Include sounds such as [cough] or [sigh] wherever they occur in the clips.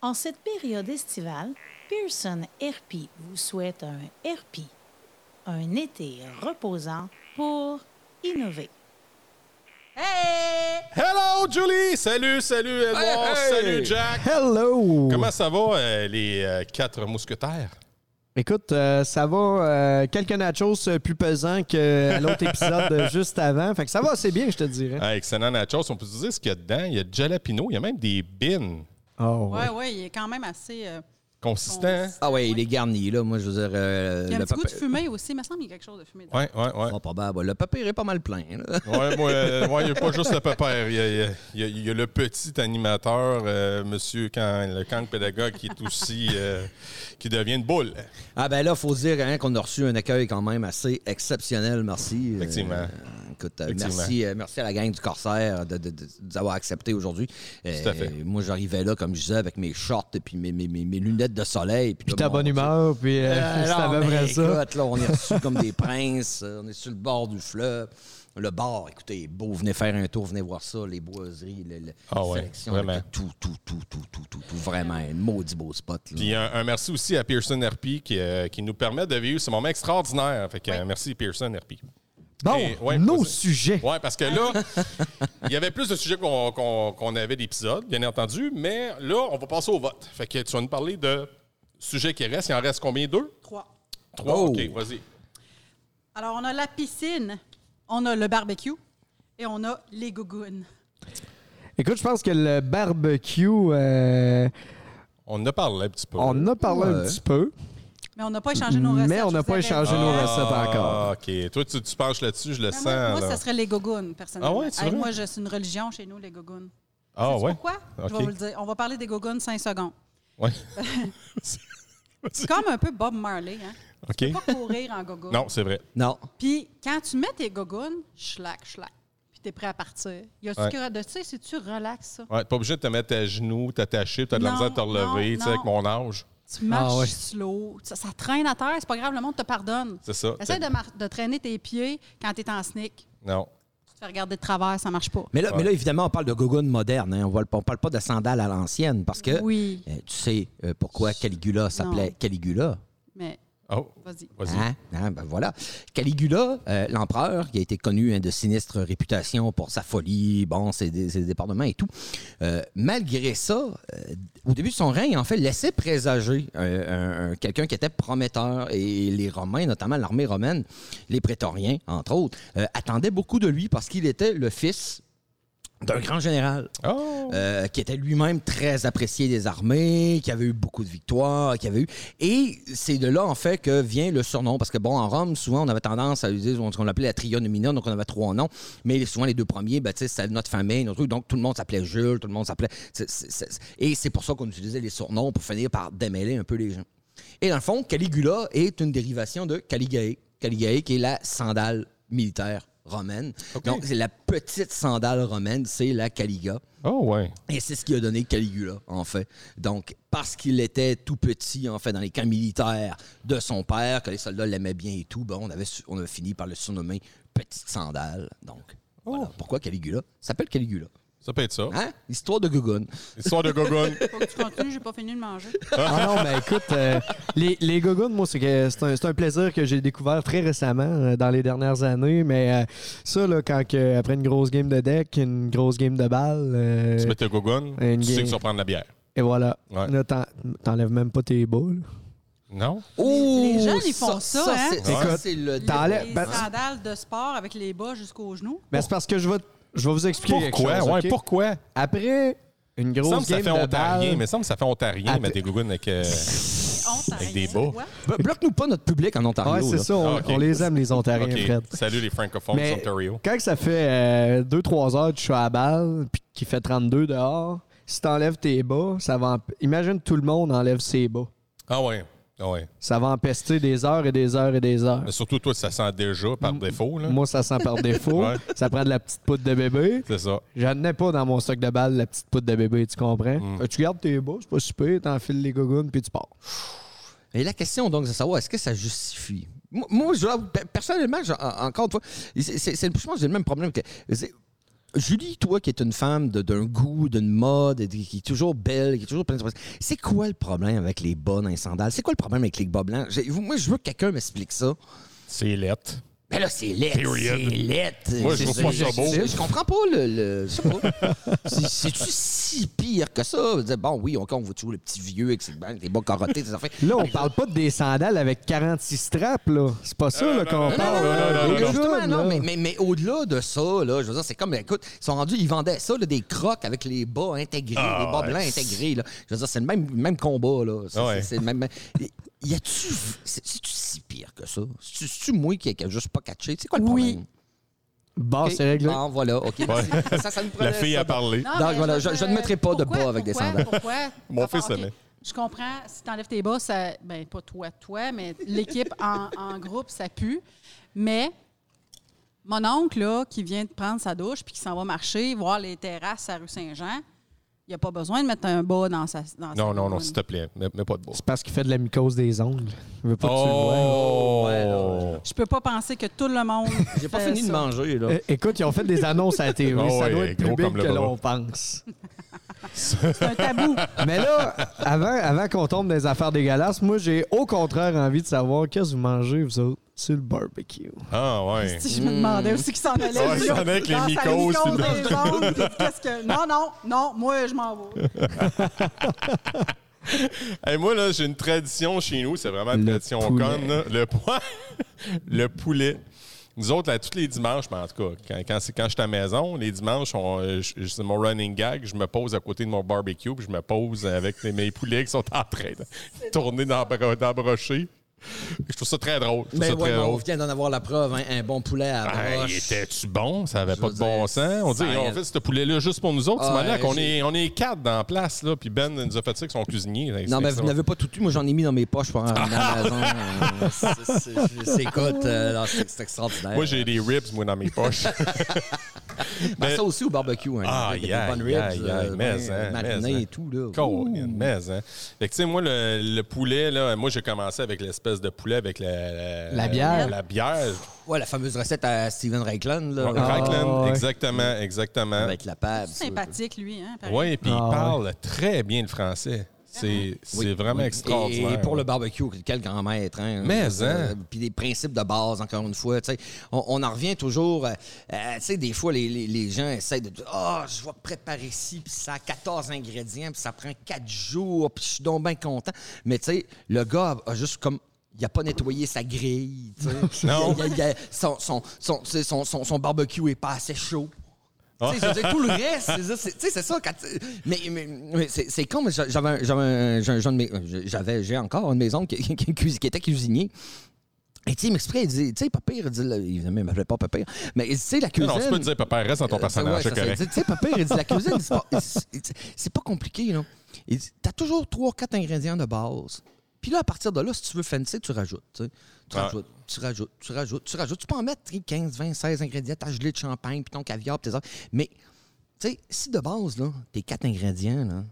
En cette période estivale, Pearson RP vous souhaite un RP, un été reposant pour innover. Hey! Hello, Julie! Salut, salut, Edouard! Hey, hey! Salut, Jack! Hello! Comment ça va, euh, les euh, quatre mousquetaires? Écoute, euh, ça va euh, quelques nachos euh, plus pesants que euh, l'autre épisode de juste avant. Fait que ça va assez bien, je te dirais. Ah, excellent nachos. On peut se dire ce qu'il y a dedans. Il y a du jalapeno, il y a même des bines Oh, ouais. Ouais, ouais, il est quand même assez. euh, consistants. hein? consistant. Ah ouais, il est garni, là. Moi, je veux dire. euh, Il y a un le petit goût de papier- fumée aussi. Il me semble qu'il y a quelque chose de fumé. dedans. Ouais, ouais, ouais. Pas probable. Le papier est pas mal plein. là. Ouais, moi, euh, ouais, il n'y a pas juste le pépère. Il y a- il y a, il y a- il y a le petit animateur, euh, monsieur Kang, le Kang pédagogue, qui est aussi. euh, qui devient une boule. Ah ben là, faut dire hein, qu'on a reçu un accueil quand même assez exceptionnel. Merci. Euh, Effectivement. écoute, euh, Effectivement. merci, euh, merci à la gang du Corsaire de, de- de- de nous avoir acceptés aujourd'hui. Euh, Tout à fait. Moi, j'arrivais là, comme je disais, avec mes shorts et puis mes, mes- mes- mes lunettes de soleil. Puis là, ta mon bonne Dieu. humeur, puis euh, Euh, [laughs] c'est à non, peu près mais ça. écoute, là, on est reçus comme des princes. euh, On est sur le bord du fleuve. Le bar, écoutez, est beau. Venez faire un tour, venez voir ça. Les boiseries, le- le- Ah ouais, la sélection. vraiment. Tout, tout, tout, tout, tout, tout, tout. Vraiment, un maudit beau spot. là. Puis euh, un, un merci aussi à Pearson RP qui, euh, qui nous permet de vivre ce moment extraordinaire. Fait que, euh, merci Pearson RP. Bon, Et- ouais, nos vas-y. sujets. Oui, parce que là, il y avait plus de sujets qu'on qu'on- qu'on avait d'épisodes, bien entendu, mais là, on va passer au vote. Fait que tu vas nous parler de sujets qui restent. Il en reste combien? Deux? Trois. Trois? Oh! OK, vas-y. Alors, on a la piscine, on a le barbecue et on a les gougounes. Écoute, je pense que le barbecue, euh, On en a parlé un petit peu. on en a parlé un Ouais. petit peu, Mais on n'a pas échangé nos recettes. mais on je n'a vous pas avais échangé dit. nos Ah, recettes encore. OK. Toi, tu, tu penches là-dessus, je le Mais sens. Ben, Moi, moi, là. ça serait les gougounes, personnellement. Ah ouais, c'est Hey, vrai? moi, je suis une religion chez nous, les gougounes. Ah, Sais-tu ouais? Pourquoi? Je OK. vais vous le dire. On va parler des gougounes cinq [laughs] secondes. Ouais. C'est comme un peu Bob Marley, hein? OK. Pas courir en gogoune. Non, c'est vrai. Non. Puis quand tu mets tes gogounes, schlac, schlac, puis t'es prêt à partir. Y a-tu Ouais. que- de- Tu sais, si tu relaxes ça, Ouais, t'es pas obligé de te mettre à genoux, t'attacher, puis t'as de la Non, misère de te relever, non, tu sais, avec non. mon âge. tu marches Ah ouais. slow, ça, ça traîne à terre, c'est pas grave, le monde te pardonne. C'est ça. Essaye de, mar- de traîner tes pieds quand t'es en sneak. Non. Tu te fais regarder de travers, ça marche pas. Mais là, mais là, évidemment, on parle de gogoon moderne. hein. On ne parle pas de sandales à l'ancienne parce que Oui. euh, tu sais euh, pourquoi Caligula s'appelait Non. Caligula. Mais Oh, vas-y. vas-y. Hein? Hein? Ben voilà. Caligula, euh, l'empereur, qui a été connu hein, de sinistre réputation pour sa folie, bon, ses, dé- ses départements et tout. euh, malgré ça, euh, au début de son règne, en fait, laissait présager euh, un- un- quelqu'un qui était prometteur. Et les Romains, notamment l'armée romaine, les prétoriens, entre autres, euh, attendaient beaucoup de lui parce qu'il était le fils d'un grand général. Oh! Euh, qui était lui-même très apprécié des armées, qui avait eu beaucoup de victoires, qui avait eu. Et c'est de là, en fait, que vient le surnom. Parce que, bon, en Rome, souvent, on avait tendance à utiliser ce qu'on appelait la trionomina, donc on avait trois noms. Mais souvent, les deux premiers, ben, tu sais, c'était notre famille, notre truc. Donc, tout le monde s'appelait Jules, tout le monde s'appelait. c'est- c'est- c'est- Et c'est pour ça qu'on utilisait les surnoms pour finir par démêler un peu les gens. Et dans le fond, Caligula est une dérivation de Caligae. Caligae, qui est la sandale militaire romaine. Donc, c'est la petite sandale romaine, c'est la Caliga. Oh, ouais. Et c'est ce qui a donné Caligula, en fait. Donc, parce qu'il était tout petit, en fait, dans les camps militaires de son père, que les soldats l'aimaient bien et tout, ben, on, avait, su- on a fini par le surnommer Petite Sandale. Donc, voilà. Oh. Pourquoi Caligula Ça s'appelle Caligula. Ça peut être Ah. ça. Hein? Histoire de Gugun. Histoire de gogoon. Faut que tu continues, j'ai pas fini de manger. Ah non, mais écoute, euh, les, les gogoons, moi, c'est que c'est un, c'est un plaisir que j'ai découvert très récemment euh, dans les dernières années. Mais euh, ça, là, quand que, après une grosse game de deck, une grosse game de balle, euh, tu mets tes gogoon, Une tu sais que game. tu vas prendre la bière. et voilà. Ouais. Là, t'en- t'enlèves même pas tes boules. Non? Oh, les jeunes, ils font ça, hein? c'est- ça, Écoute, c'est le t'as- T'enlèves- les ben- sandales de sport avec les bas jusqu'aux genoux. Mais c'est parce que je vais, je vais vous expliquer Pourquoi? quelque chose. ouais, ok? pourquoi? Après Il une me grosse semble que ça game fait de ontarien, balle... mais il me semble que ça fait ontarien, Ah, mais tes gogoons avec. euh, C'est honte à Avec des rien, bas. tu vois. Blo- Bloque-nous pas notre public en Ontario. Ouais, c'est là. ça, [laughs] Ah, on, ok. on les aime, les Ontariens, OK. Fred. Salut les francophones Mais d'Ontario. quand que ça fait 2-3 heures que je suis à la balle, puis qu'il fait 32 dehors, si t'enlèves tes bas, ça va... emp- Imagine tout le monde enlève ses bas. Ah ouais. Ah ouais. Ça va empester des heures et des heures et des heures. Mais surtout, toi, ça sent déjà par défaut. Là. Mm. Moi, ça sent [laughs] par défaut. Ouais. Ça prend de la petite poudre de bébé. C'est ça. J'en ai pas dans mon stock de balles la petite poudre de bébé, tu comprends? Hmm. Euh, Tu gardes tes bas, c'est pas super, t'enfiles les gogoons, puis tu pars. Et la question, donc, c'est de savoir, est-ce que ça justifie? Moi, moi, je dois- pe- personnellement, je- en- encore une fois, c'est- c'est- c'est- je pense que j'ai le même problème que... c'est- Julie, toi qui es une femme de- d'un goût, d'une mode, et qui est toujours belle, qui est toujours pleine de c'est quoi le problème avec les bas dans les sandales? C'est quoi le problème avec les bas blancs? J'ai- vous- Moi, je veux que quelqu'un m'explique ça. C'est lettre. Mais là, c'est laid, Period. c'est laid. Moi, je C'est- trouve pas ça je- beau. Je, je comprends pas le... le- je sais pas. C'est- C'est-tu si pire que ça? Je veux dire, Bon, oui, encore, on voit toujours le petit vieux avec ses avec des bas carottés, ces affaires. Là, Ah, on parle pas de des sandales avec 46 straps, là. C'est pas ça, là, Euh, qu'on non, parle. non, là. non, non, Les non, jeunes, Justement, non, là. mais, mais, mais au-delà de ça, là, je veux dire, c'est comme, écoute, ils sont rendus, ils vendaient ça, là, des crocs avec les bas intégrés, Ah, les bas blancs ouais. intégrés. Là. Je veux dire, c'est le même, même combat, là. C'est, Ouais. c'est- c'est le même. Y a-tu. C'est, tu si pire que ça? C'est-tu, c'est-tu moi qui n'ai juste pas catché? C'est quoi le Oui. problème? Bon, OK. c'est réglé. Bon, voilà, OK. merci. Ça, ça nous prenait La fille ça. a parlé. Non, Donc, mais voilà, veux je- je dire, ne mettrai pas de pourquoi- bas avec des pourquoi- sandales. Pourquoi? [laughs] Mon Enfin, fils le OK, met. Je comprends, si tu enlèves tes bas, ça. Ben, pas toi, toi, mais l'équipe en, en groupe, ça pue. Mais mon oncle, là, qui vient de prendre sa douche puis qui s'en va marcher, voir les terrasses à rue Saint-Jean, il n'y a pas besoin de mettre un bas dans sa. Dans Non, non, non, s'il te plaît, mets, mets pas de bois. C'est parce qu'il fait de la mycose des ongles. Il veut pas que tu le vois. Oh! Je peux pas penser que tout le monde. J'ai pas fait fini de ça. manger, là. É- Euh, Écoute, ils ont fait des annonces à la TV. Ah ça ouais, doit être gros plus big comme le que bras. l'on pense. C'est [laughs] un tabou. Mais là, avant, avant qu'on tombe dans les affaires dégueulasses, moi, j'ai au contraire envie de savoir qu'est-ce que vous mangez, vous autres, sur le barbecue. Ah, ouais. Si je me demandais aussi qui s'en allait. Ouais, lui, il s'en allait avec les dans sa mycoses, mycose puis des ongles, puis qu'est-ce que- Non, non, non, moi, je m'en vais. Hey, moi, là, j'ai une tradition chez nous, c'est vraiment une Le tradition poulet. conne. là. Le, po- [laughs] le poulet. Nous autres, là, tous les dimanches, mais en tout cas, quand, quand, c'est- quand je suis à la maison, les dimanches, on- euh, je- c'est mon running gag. Je me pose à côté de mon barbecue, puis je me pose avec les- mes poulets qui sont en train de tourner dans, bro- dans brochet. Je trouve ça très drôle. Je trouve Ben ça ouais, très mais on drôle. vient d'en avoir la preuve, hein, un bon poulet à la Ah, il broche. était-tu bon? Ça avait Je pas veux de bon dire, sens. On dit, ça- on fait ce poulet-là juste pour nous autres. Ah, Simonac. on, j'ai- est, on est quatre dans la place, là. Puis Ben nous a fait ça avec son cuisinier. Non, mais C'est- vous n'avez pas tout eu. Moi, j'en ai mis dans mes [laughs] poches pour en ramener à la maison. Euh, c'est- c'est- C'est écoute, euh, non, c'est c'est extraordinaire. Moi, j'ai des ribs, moi, dans mes poches. Ben, mais- ça aussi au barbecue. Hein, [laughs] Ah, Avec des yeah, bonnes yeah, ribs, yeah, euh, mais, ben, hein, marinées mais, hein. et tout. Là. Colin, mais, hein. Fait que, tu sais, moi, le, le poulet, là, moi, j'ai commencé avec l'espèce de poulet avec la, la, La bière. La bière. Ouais, la fameuse recette à Steven Reichland, là, Ah. Ah, Franklin, ouais. exactement, exactement. avec la pâte. Sympathique, lui. Hein, pareil. Oui, puis Ah, il parle très bien le français. C'est c'est vraiment Et, extraordinaire. Ah. et pour le barbecue, quel grand maître. Hein, Mais, Je veux dire, hein. euh, Puis des principes de base, encore une fois. tu sais. On, on en revient toujours. euh, euh, tu sais, des fois, les, les- les gens essaient de dire Ah, je vais préparer ci, puis ça a 14 ingrédients, puis ça prend 4 jours, puis je suis donc bien content. Mais tu sais, le gars a, a juste comme. Il n'a pas nettoyé sa grille. tu [laughs] sais. Non. Il a- il a- son, son, son, tu sais, son- son- son barbecue est pas assez chaud. Ah. Tu sais, je veux dire, tout le reste, c'est ça, c'est- tu sais, c'est ça. Quand, tu- mais mais- mais c'est c'est con, mais j'a- j'avais un- j'avais un- j'ai un jeune de mes- j'avais- j'ai encore une maison qui, qui- qui- qui était cuisinier. Et tu sais, il m'expliquait, il dit, tu sais, Papire, il dit, là, il ne m'appelait pas Papire, mais il dit, tu sais, la Non, cuisine. non, tu peux dire, papa, reste dans ton Euh, ouais, personnage, ça, c'est ça, il correct. dit, Tu sais, Papire, il dit, la cuisine, c'est pas, c'est- c'est pas compliqué, là. Il dit, t'as toujours trois, quatre ingrédients de base. Puis là, à partir de là, si tu veux fancy, tu rajoutes, tu sais. Tu Ouais. rajoutes, tu rajoutes, tu rajoutes, tu rajoutes. Tu peux en mettre 15, 20, 16 ingrédients, ta gelée de champagne, puis ton caviar, puis tes autres. Mais tu sais, si de base, là, tes quatre ingrédients, là,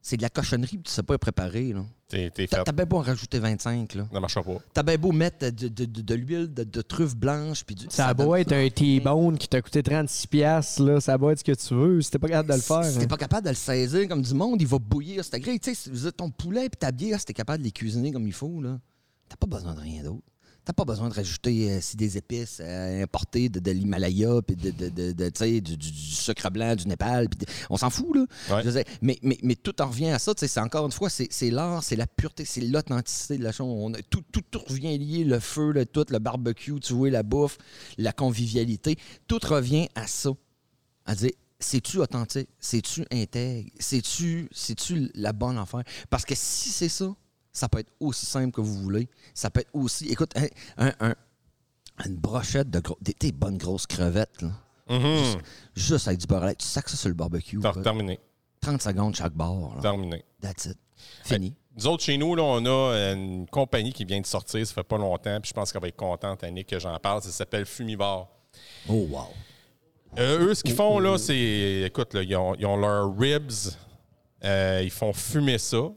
c'est de la cochonnerie que tu sais pas les préparer, là. T'es t'es T'as fait. t'as bien beau en rajouter 25, là. Ça marchera pas. T'as bien beau mettre de, de- de- de l'huile, de, de truffe blanche, puis du... Ça a donne- beau être un T-bone qui t'a coûté 36$, piastres, là, ça a beau être ce que tu veux. Si t'es pas capable de le faire. Si t'es hein. pas capable de le saisir comme du monde, il va bouillir, c'est agréable. Tu sais, si vous êtes ton poulet puis ta bière, si t'es capable de les cuisiner comme il faut, là, t'as pas besoin de rien d'autre. T'as pas besoin de rajouter euh, si des épices euh, importées de, de l'Himalaya, puis de, de- de- de- tu sais, du, du- du sucre blanc, du Népal. puis de- on s'en fout, là. Ouais. Je veux dire, mais, mais, mais tout en revient à ça. tu sais, C'est encore une fois, c'est c'est l'art, c'est la pureté, c'est l'authenticité de la chose. On a- tout, tout, tout revient lié, le feu, le tout, le barbecue, tu vois, la bouffe, la convivialité. Tout revient à ça à dire c'est-tu authentique, c'est-tu intègre, c'est-tu c'est-tu la bonne affaire parce que si c'est ça, ça peut être aussi simple que vous voulez, ça peut être aussi écoute un- un- un- une brochette de gros, des, des bonnes grosses crevettes là. Mhm. Juste avec du beurre à l'ail. tu sacs ça sur le barbecue. T'as- quoi. Terminé. 30 secondes chaque bord. là. Terminé. That's it. Fini. Nous autres, chez nous, là, on a euh, une compagnie qui vient de sortir, ça fait pas longtemps, puis je pense qu'elle va être contente, Annick, que j'en parle. Ça s'appelle Fumivore. Oh wow. Euh, eux, ce qu'ils font, là, c'est. Écoute, là, ils, ont, ils ont leurs ribs. euh, ils font fumer ça.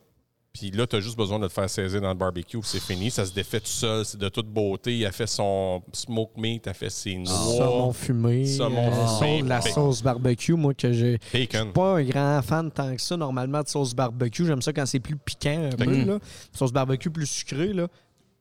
Puis là, tu as juste besoin de te faire saisir dans le barbecue, puis c'est fini. Ça se défait tout seul, c'est de toute beauté. Il a fait son smoke meat, il a fait ses noix. Saumon hein. fumé, Saumon euh, Oh. fumé, sauce- la bacon. sauce barbecue, moi que j'ai. Je Bacon. suis pas un grand fan tant que ça, normalement, de sauce barbecue. J'aime ça quand c'est plus piquant un peu, là. Sauce barbecue plus sucrée, là.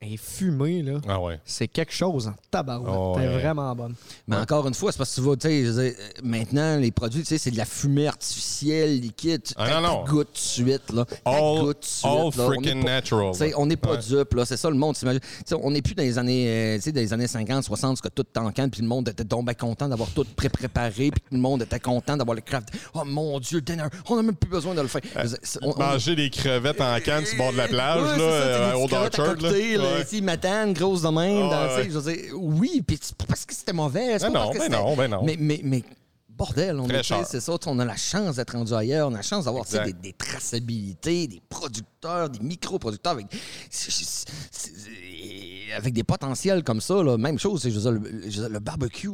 Et fumée, là. Ah ouais. C'est quelque chose en tabarouette. Oh, T'es ouais. vraiment bonne. Mais encore une fois, c'est parce que tu vas, tu sais, je veux dire, euh, maintenant, les produits, tu sais, c'est de la fumée artificielle, liquide. Tu Ah, t'as- non, non. t'as goûte tout de suite, là. T'as All, goûte tout de suite, all là. On est freaking pas- natural. Tu sais, on n'est pas Ouais. dupes, là. C'est ça le monde. t'imagines. Tu sais, on n'est plus dans les années, euh, tu sais, dans les années 50, 60, ce que tout t'encane, puis le monde était donc ben content d'avoir tout pré-préparé, puis tout le monde était content d'avoir le craft. Oh mon Dieu, dinner, on n'a même plus besoin de le faire. Je veux dire, c'est- on- on- Manger des crevettes en canne sur le bord de la plage, Ouais, là, c'est ça, t'as euh, des au petites carottes à Dorchard. là. cocktail, Ouais. euh, tu sais, matane, grosse de même. Ah, dans- tu sais, je veux dire, oui, puis c'est pas parce que c'était mauvais. c'est Ben pas non, parce que ben c'était- non, ben non. Mais, mais, mais bordel, on Très est, cher. c'est ça, tu sais, on a la chance d'être rendu ailleurs, on a la chance d'avoir tu sais, des, Exact. des traçabilités, des producteurs, des micro-producteurs avec, c'est- c'est- c'est- avec des potentiels comme ça. là. Même chose, c'est, je veux dire, le, je veux dire, le barbecue,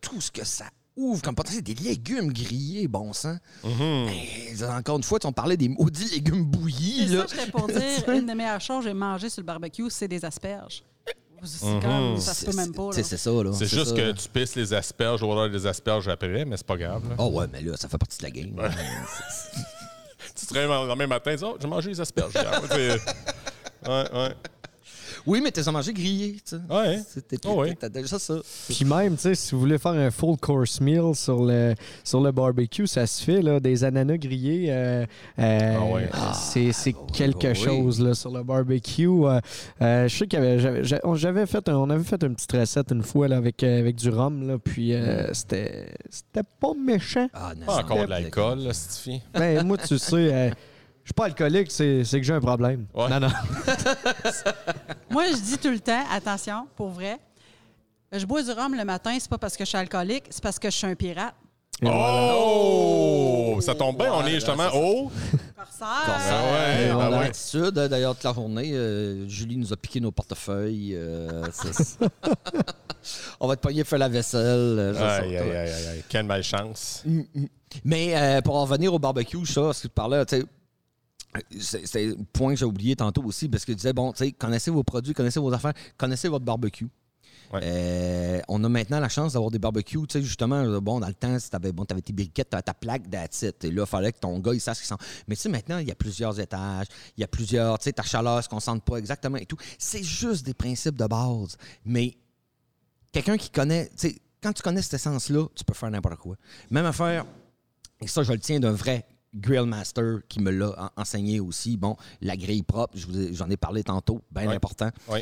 tout ce que ça ouvre comme potentiel, des légumes grillés, bon sang. Mm-hmm. Eh, je veux dire, encore une fois, tu sais, on parlait des maudits légumes bouillis. C'est là. ça, j'étais pour dire, une des meilleures choses que j'ai mangées sur le barbecue, c'est des asperges. C'est comme, ça se peut même pas. C'est là. c'est ça, là. C'est juste ça, que là. tu pisses les asperges, au l'odeur des asperges après, mais c'est pas grave. là. Oh ouais, mais là, ça fait partie de la game. Tu te réveilles le lendemain matin et dis Oh, j'ai mangé les asperges. [laughs] hier. Ouais, c'est- ouais, ouais. [laughs] oui, mais t'es en mangé grillé, tu sais. Ouais. C'est- t'es- t'es- Ah ouais. T'as déjà ça. Puis même, tu sais, si vous voulez faire un full course meal sur le, sur le barbecue, ça se fait, là, des ananas grillés. euh, euh, Ah ouais. C'est c'est quelque Ah, oui. chose, là, sur le barbecue. Euh, euh, je sais qu'il y avait- j'avais- j'a- on- j'avais fait, un- on avait fait une petite recette une fois, là, avec, euh, avec du rhum, là, puis euh, Mm. c'était c'était pas méchant. Ah, non, Pas ça- encore de l'alcool, là, cette fille. Ben, moi, tu sais, euh, je suis pas alcoolique, c'est c'est que j'ai un problème. Ouais. Non, non. Moi, je dis tout le temps, attention, pour vrai, je bois du rhum le matin, c'est pas parce que je suis alcoholique, c'est parce que je suis un pirate. Et voilà. Oh! Ça tombe bien, on Ouais, est justement là, c'est haut. Corsaire. Corsaire, ouais, on ben a ouais. l'habitude, euh, d'ailleurs, toute la journée, euh, Julie nous a piqué nos portefeuilles. euh, c'est- [laughs] on va te pogner faire la vaisselle. euh, je sais Aïe, pas. aïe, aïe, aïe, aïe. Quelle malchance. Mais euh, pour en revenir au barbecue, ça, ce que tu parlais, tu sais, c'est c'est un point que j'ai oublié tantôt aussi, parce que tu disais, bon, tu sais, connaissez vos produits, connaissez vos affaires, connaissez votre barbecue. Ouais. Euh, on a maintenant la chance d'avoir des barbecues, tu sais, justement, euh, bon, dans le temps, si t'avais, bon, t'avais tes briquettes, t'avais ta plaque d'attitude, et là, il fallait que ton gars, il sache qu'ils sont... Mais tu sais, maintenant, il y a plusieurs étages, il y a plusieurs, tu sais, ta chaleur se concentre pas exactement et tout. C'est juste des principes de base, mais quelqu'un qui connaît, tu sais, quand tu connais cette essence-là, tu peux faire n'importe quoi. Même affaire, et ça, je le tiens d'un vrai grill master qui me l'a en- enseigné aussi. Bon, la grille propre, je vous ai- j'en ai parlé tantôt, bien Ouais. important. Oui.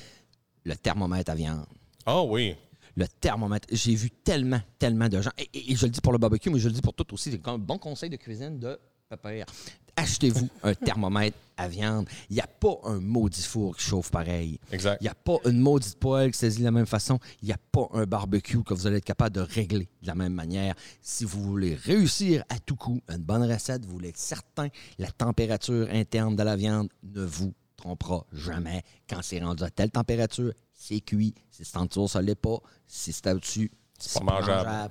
Le thermomètre à viande. Ah oui. Le thermomètre. J'ai vu tellement, tellement de gens. Et, et- et je le dis pour le barbecue, mais je le dis pour tout aussi. C'est un bon conseil de cuisine de pépère. Achetez-vous un thermomètre à viande. Il n'y a pas un maudit four qui chauffe pareil. Exact. Il n'y a pas une maudite poêle qui saisit de la même façon. Il n'y a pas un barbecue que vous allez être capable de régler de la même manière. Si vous voulez réussir à tout coup une bonne recette, vous voulez être certain, la température interne de la viande ne vous trompera jamais. Quand c'est rendu à telle température, c'est cuit. Si c'est en dessous, ça ne l'est pas. Si c'est au-dessus, c'est pas mangeable.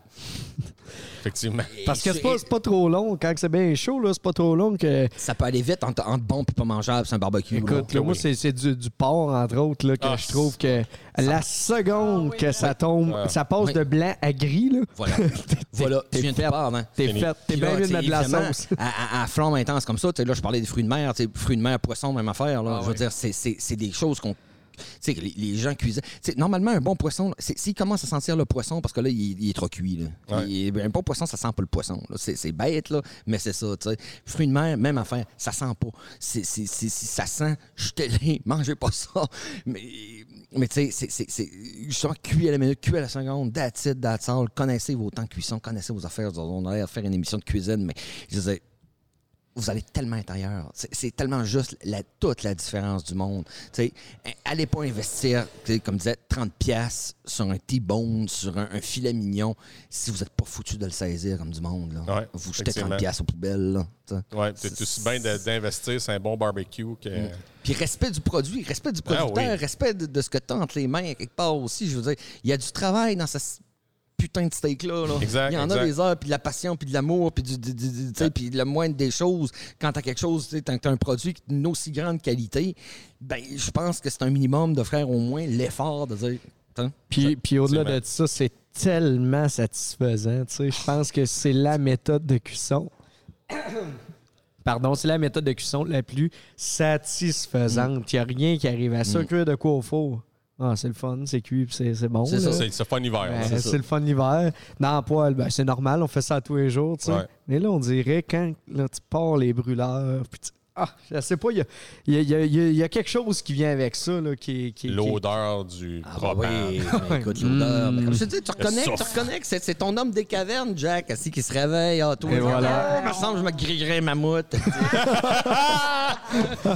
Effectivement. Parce que Et c'est pas, c'est pas trop long. Quand c'est bien chaud, là, c'est pas trop long que. Ça peut aller vite entre, entre bon et pas mangeable, c'est un barbecue. là. Écoute, là, moi, oui. c'est- c'est du, du porc, entre autres, là, que Ah, je trouve que la seconde Ah oui, que ça tombe, Ouais. ça passe Oui. de blanc à gris, là, [laughs] Voilà. voilà. Tu viens de part, hein? t'es Fini. fait. T'es Puis bien là, mieux de tu sais, mettre de la évidemment, sauce. À, à- à flamme intense comme ça, tu sais, là, je parlais des fruits de mer, tu sais, fruits de mer, poisson, même affaire. Ah Là, je veux dire, c'est- c'est c'est des choses qu'on. Tu sais, que les, les gens cuisent. Tu sais, normalement, un bon poisson, c'est- s'il commence à sentir le poisson, parce que là, il, il est trop cuit. là. Ouais. Il- un bon poisson, ça sent pas le poisson. là. C'est c'est bête, là, mais c'est ça. tu sais. Fruits de mer, même affaire, ça sent pas. C'est- c'est- c'est- Si ça sent, jetez-les, [laughs] mangez pas ça. Mais, mais tu sais, c'est- c'est- c'est justement cuit à la minute, cuit à la seconde, that's it, that's all. Connaissez vos temps de cuisson, connaissez vos affaires. On a l'air de faire une émission de cuisine, mais je veux dire, vous allez tellement être ailleurs. C'est- C'est tellement juste la, toute la différence du monde. T'sais, allez pas investir, t'sais, comme disait, 30 pièces sur un T-bone, sur un, un filet mignon, si vous n'êtes pas foutu de le saisir comme du monde. là. Ouais, vous jetez effectivement. 30 pièces aux poubelles. là, t'sais. Ouais, t'es t'es aussi bien de- d'investir sur un bon barbecue que. Puis respect du produit, respect du Ah oui. producteur, respect de, de ce que tu as entre les mains quelque part aussi. Je veux dire, il y a du travail dans ce putain de steak-là. là. Exact, Il y en a exact. Ah. des heures, puis de la patience, puis de l'amour, puis du, du- du- du- tu sais, puis le moindre des choses. Quand t'as quelque chose, tu sais, quand t'as un produit qui est d'une aussi grande qualité, ben, je pense que c'est un minimum de faire au moins l'effort de dire. Putain, Puis, puis au-delà Absolument. de ça, c'est tellement satisfaisant. Tu sais, je pense que c'est la méthode de cuisson. [coughs] Pardon, c'est la méthode de cuisson la plus satisfaisante. Il n'y a rien qui arrive à ça. Cuire de quoi au four? Ah, c'est le fun, c'est cuit, puis c'est c'est bon. C'est là. ça, C'est c'est fun hiver. Ben, là. c'est ça. c'est le fun l'hiver. Dans le poêle, ben, c'est normal, on fait ça tous les jours. tu sais. Ouais. Mais là, on dirait quand là, tu pars les brûleurs, puis tu- Ah, je sais pas, il y a, il y a- il y a- il y a- il y a quelque chose qui vient avec ça. Là, qui, qui- qui- L'odeur du Ah, bah propane. [laughs] oui, mais écoute, Hmm. l'odeur. mais Comme je te dis, tu reconnais, tu souffle. reconnais que c'est c'est ton homme des cavernes, Jack, assis qui se réveille. Ah, toi, Et il dit, voilà. Ah, me semble que je me grillerais [laughs] ma mammouth.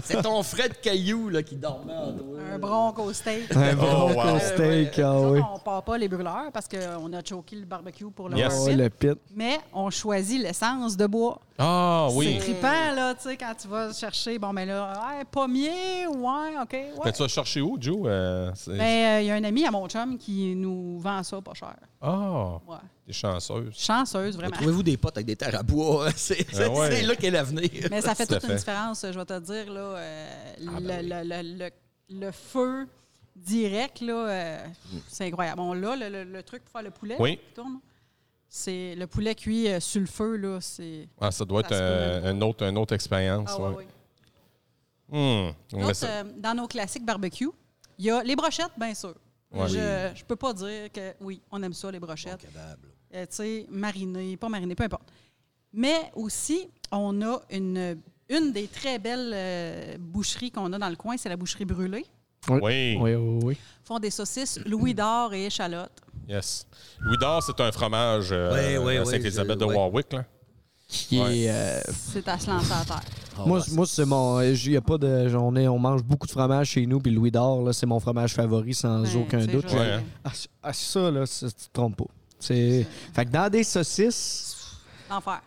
c'est ton Fred Caillou là, qui dormait en toi. Un bronco steak. [laughs] Un wow. bon gros steak, ah Nous oui. autres, On part pas les brûleurs parce qu'on a choqué le barbecue pour le Yes. Ah barbecue. ouais, le pit. Mais on choisit l'essence de bois. Ah C'est oui. trippant, là, tu sais, quand tu vas chercher, bon, mais là, hey, pommier, ouais, OK, ouais. Mais tu vas chercher où, Joe? Euh, c'est- Mais euh, il y a un ami à mon chum qui nous vend ça pas cher. Ah, Ouais. t'es chanceuse. Chanceuse, vraiment. Trouvez-vous des potes avec des terres à bois. [laughs] hein? C'est c'est- Ah ouais. c'est là qu'est l'avenir. Mais ça fait Tout à toute une fait. différence, je vais te dire, là, euh, Ah, le, ben oui. le- le- le- le feu direct, là, euh, c'est incroyable. Bon, là, le, le- le truc pour faire le poulet, Oui. qui tourne, c'est le poulet cuit euh, sur le feu, là, c'est... Ah, ça doit Ça être se peut, euh, même. une autre, une autre expérience. Ah, ouais, ouais. ouais. Hmm. On met D'autres, ça- euh, dans nos classiques barbecue, il y a les brochettes, bien sûr. Ouais. Je ne peux pas dire que oui, on aime ça, les brochettes. Euh, tu sais, marinées, pas marinées, peu importe. Mais aussi, on a une, une des très belles euh, boucheries qu'on a dans le coin, c'est la boucherie brûlée. Oui. Oui, oui, oui. Ils font des saucisses Louis d'or et échalotes. Yes. Louis d'or, c'est un fromage euh, Oui, oui, à oui, Saint-Élisabeth je- de oui. Warwick. Là. Qui est, euh, C'est à se lancer à terre. moi, c- moi, c'est mon. euh, j- y a pas de. j'en ai- on mange beaucoup de fromage chez nous, puis Louis d'Or, là, c'est mon fromage favori sans Ben, aucun tu sais, doute. je- Ouais, hein. Ah, c- ah, ça, là, ça, tu te trompes pas. C'est... Fait que dans des saucisses. L'enfer.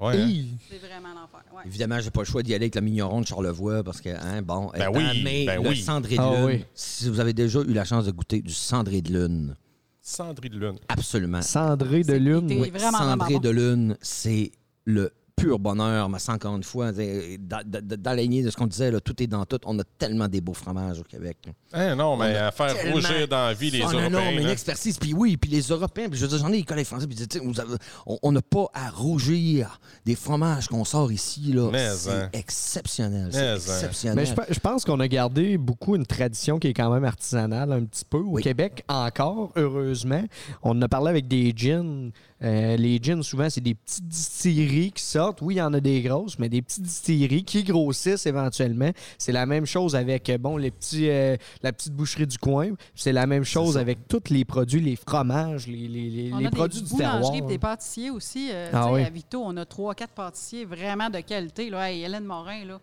Ouais, hein? hi, C'est vraiment l'enfer. ouais. Évidemment, j'ai pas le choix d'y aller avec le mignon de Charlevoix parce que, hein, bon, Ben étant oui, donné ben le oui. cendré de Ah lune. oui. Si vous avez déjà eu la chance de goûter du cendré de lune, Cendrée de lune. absolument Cendré de C'est lune. pété. oui. Oui, vraiment, Cendrée vraiment bon. de lune, c'est le pur bonheur, mais ça, encore une fois, c'est dans, dans- dans la lignée de ce qu'on disait, là, tout est dans tout. On a tellement des beaux fromages au Québec. Hein, non, mais a à faire tellement- rougir dans la vie les Ah, non, Européens. hein. Non, mais une là. expertise, puis oui, puis les Européens, puis je veux dire, j'en ai école français, puis tu sais, vous avez- on on n'a pas à rougir des fromages qu'on sort ici, là. Mais, C'est hein. exceptionnel, Mais, c'est hein. exceptionnel. Mais je, pe- je pense qu'on a gardé beaucoup une tradition qui est quand même artisanale un petit peu au Oui. Québec encore, heureusement. On en a parlé avec des gins. Euh, les gins, souvent, c'est des petites distilleries qui sortent. Oui, il y en a des grosses, mais des petites distilleries qui grossissent éventuellement. C'est la même chose avec euh, bon les petits, euh, la petite boucherie du coin. C'est la même chose avec tous les produits, les fromages, les, les- les- On les a produits des du terroir. boulangeries et des pâtissiers aussi. euh, Ah tu sais, oui. À Vito, on a trois, quatre pâtissiers vraiment de qualité. Là. Hey, Hélène Morin, là.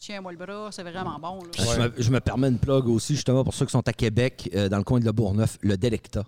Tiens-moi le bras, c'est vraiment bon. là. Je, me, je me permets une plug aussi, justement, pour ceux qui sont à Québec, euh, dans le coin de Le Bourgneuf, le Delecta.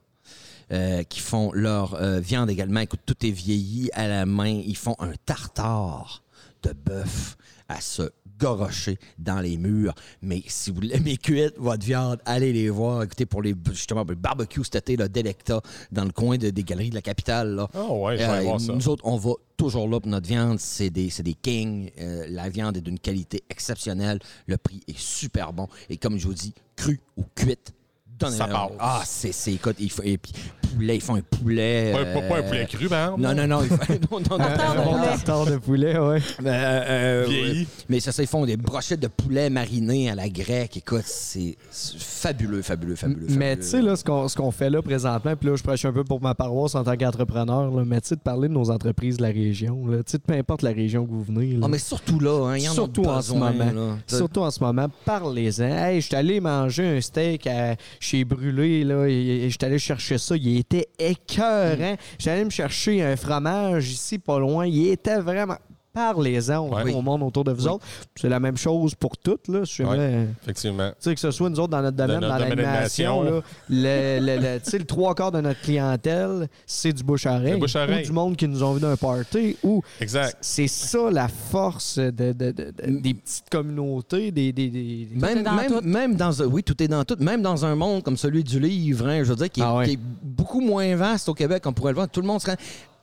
euh, qui font leur euh, viande également. Écoute, tout est vieilli à la main. Ils font un tartare de bœuf à se gorocher dans les murs. Mais si vous voulez mes cuites, votre viande, allez les voir. Écoutez, pour les justement pour le barbecue cet été, le Delecta, dans le coin de- des galeries de la capitale. Là. Ah ouais, je vais aller voir ça. Euh, Nous autres, on va toujours là pour notre viande. C'est des, c'est des kings. Euh, la viande est d'une qualité exceptionnelle. Le prix est super bon. Et comme je vous dis, cru ou cuite, donnez Ça passe. Ah, c'est, c'est, écoute, il faut, et puis, poulet, ils font un poulet. euh, Pas, pas- pas un poulet cru, ben, par exemple. Non, non, non. il faut- non, non, non, Tartare non, de Bon non, poulet. tartare de poulet, ouais. mais, euh, euh, Vieilli. ouais. Mais ça, ça, ils font des brochettes de poulet marinées à la grecque. Écoute, c'est c'est fabuleux, fabuleux, fabuleux. Mais fabuleux. tu sais, là, ce qu'on ce qu'on fait là présentement, puis là, je prêche un peu pour ma paroisse en tant qu'entrepreneur, là, mais tu sais, de parler de nos entreprises de la région, là, tu sais, peu importe la région que vous venez. là. Ah, mais surtout là, hein, il y en surtout a en ce besoin, moment. là. Surtout en ce moment, parlez-en. Hey, je suis allé manger un steak à- chez Brûlé, là, et, je suis allé chercher ça. Il Mm. était écœurant. J'allais me chercher un fromage ici, pas loin. Il était vraiment Parlez-en au- Ouais. au monde autour de vous autres. C'est la même chose pour toutes. Là, si jamais- Ouais. Effectivement. Tu sais, que ce soit nous autres dans notre domaine, notre dans domaine l'animation, là, d'animation. le, le- le- tu sais, le trois quarts de notre clientèle, c'est du bouche-à-oreille. Le bouche-à-oreille. Ou du monde qui nous ont vu d'un party. Ou... Exact. C'est ça la force de- de- de- de- des petites communautés, des... des, des- des- est Même dans même, tout. même dans un- oui tout est dans tout même dans un monde comme celui du livre hein, je veux dire qui est, Ah ouais. qui est beaucoup moins vaste au Québec on pourrait le voir tout le monde serait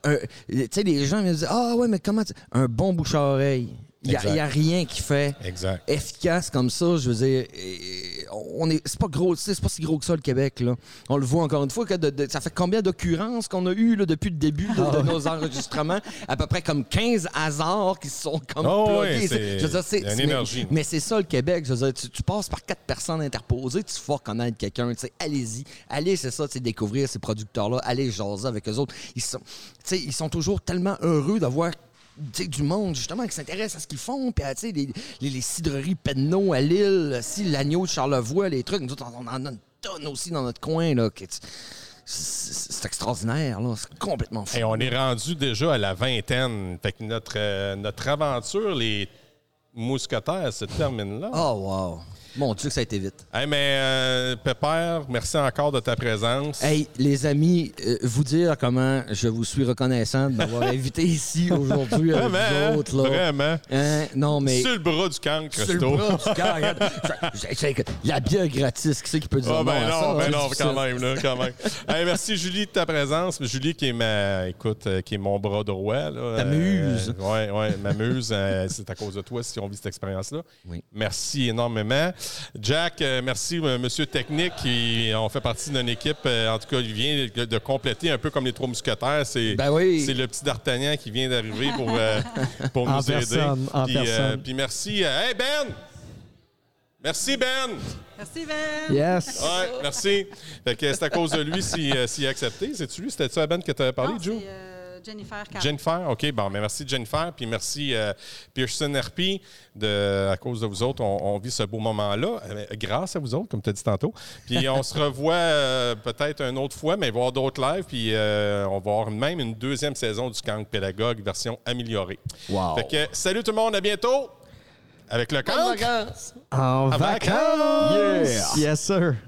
un- tu sais les gens me disent ah ouais mais comment tu- un bon bouche à oreille il y a, Exact. il y a rien qui fait Exact. efficace comme ça, je veux dire, et- on est, c'est pas gros, c'est pas si gros que ça le Québec là. On le voit encore une fois que de- de- ça fait combien d'occurrences qu'on a eu là, depuis le début de, Ah de nos enregistrements, à peu près comme 15 hasards qui se sont comme Ah ouais, plugués. c'est- Je veux dire, c'est- il y a une mais- énergie. Mais, c'est ça le Québec. Je veux dire, tu, tu passes par quatre personnes interposées, tu vas connaître quelqu'un. tu sais, Allez-y, allez, c'est ça, tu sais, découvrir ces producteurs là, allez jaser avec eux autres. Ils sont, tu sais, ils sont toujours tellement heureux d'avoir tu sais, du monde, justement, qui s'intéresse à ce qu'ils font. Puis, à, tu sais, les, les, les cidreries Penneau à Lille, si l'agneau de Charlevoix, les trucs, nous autres, on en a une tonne aussi dans notre coin. là. que tu- C'est c'est extraordinaire, là. C'est complètement fou. Et on est rendu déjà à la vingtaine. Fait que notre, euh, notre aventure, les mousquetaires, se termine là. Oh, wow. Mon Dieu, que ça a été vite. Hey, mais euh, Pépère, merci encore de ta présence. Hey, les amis, euh, vous dire comment je vous suis reconnaissant [laughs] de m'avoir invité ici aujourd'hui avec vraiment, hein? vous autres, là. vraiment. Hein? Non, mais... Sur le bras du cancre, Sur le Christo. bras du corps, regarde. J'ai- j'ai- j'ai- La bière gratis, qui c'est qui peut dire Ah, ben à non, ça, ben hein? non, C'est quand difficile. même, là, quand [laughs] même. Hey, merci, Julie, de ta présence. Julie, qui est ma, écoute, euh, qui est mon bras droit, là. Ta muse. Euh, ouais, ouais, ma muse. euh, c'est à cause de toi si on vit cette expérience-là. Oui. Merci énormément. Jack, euh, merci, euh, Monsieur Technique, qui euh, on fait partie d'une équipe. euh, en tout cas, il vient de- de compléter un peu comme les trois mousquetaires. C'est Ben oui. c'est le petit d'Artagnan qui vient d'arriver pour, [laughs] euh, pour En nous personne, aider. en puis, euh, personne. puis merci. euh, hey, Ben! Merci, Ben! Merci, Ben. Yes! Ouais, merci. Fait que c'est à cause de lui s'il euh, s'il a accepté. C'est-tu lui? C'était-tu la bande que tu avais parlé, Non, Joe? c'est, euh, Jennifer Carr. Jennifer, OK, bon, mais merci Jennifer, puis merci euh, Pearson RP. De, à cause de vous autres, on, on vit ce beau moment-là, euh, grâce à vous autres, comme tu as dit tantôt. Puis on se revoit euh, peut-être une autre fois, mais voir d'autres lives, puis euh, on va avoir même une deuxième saison du Kang Pédagogue, version améliorée. Wow. Fait que, salut tout le monde, à bientôt! Avec le Kang! En vacances! vacances! Yes, sir!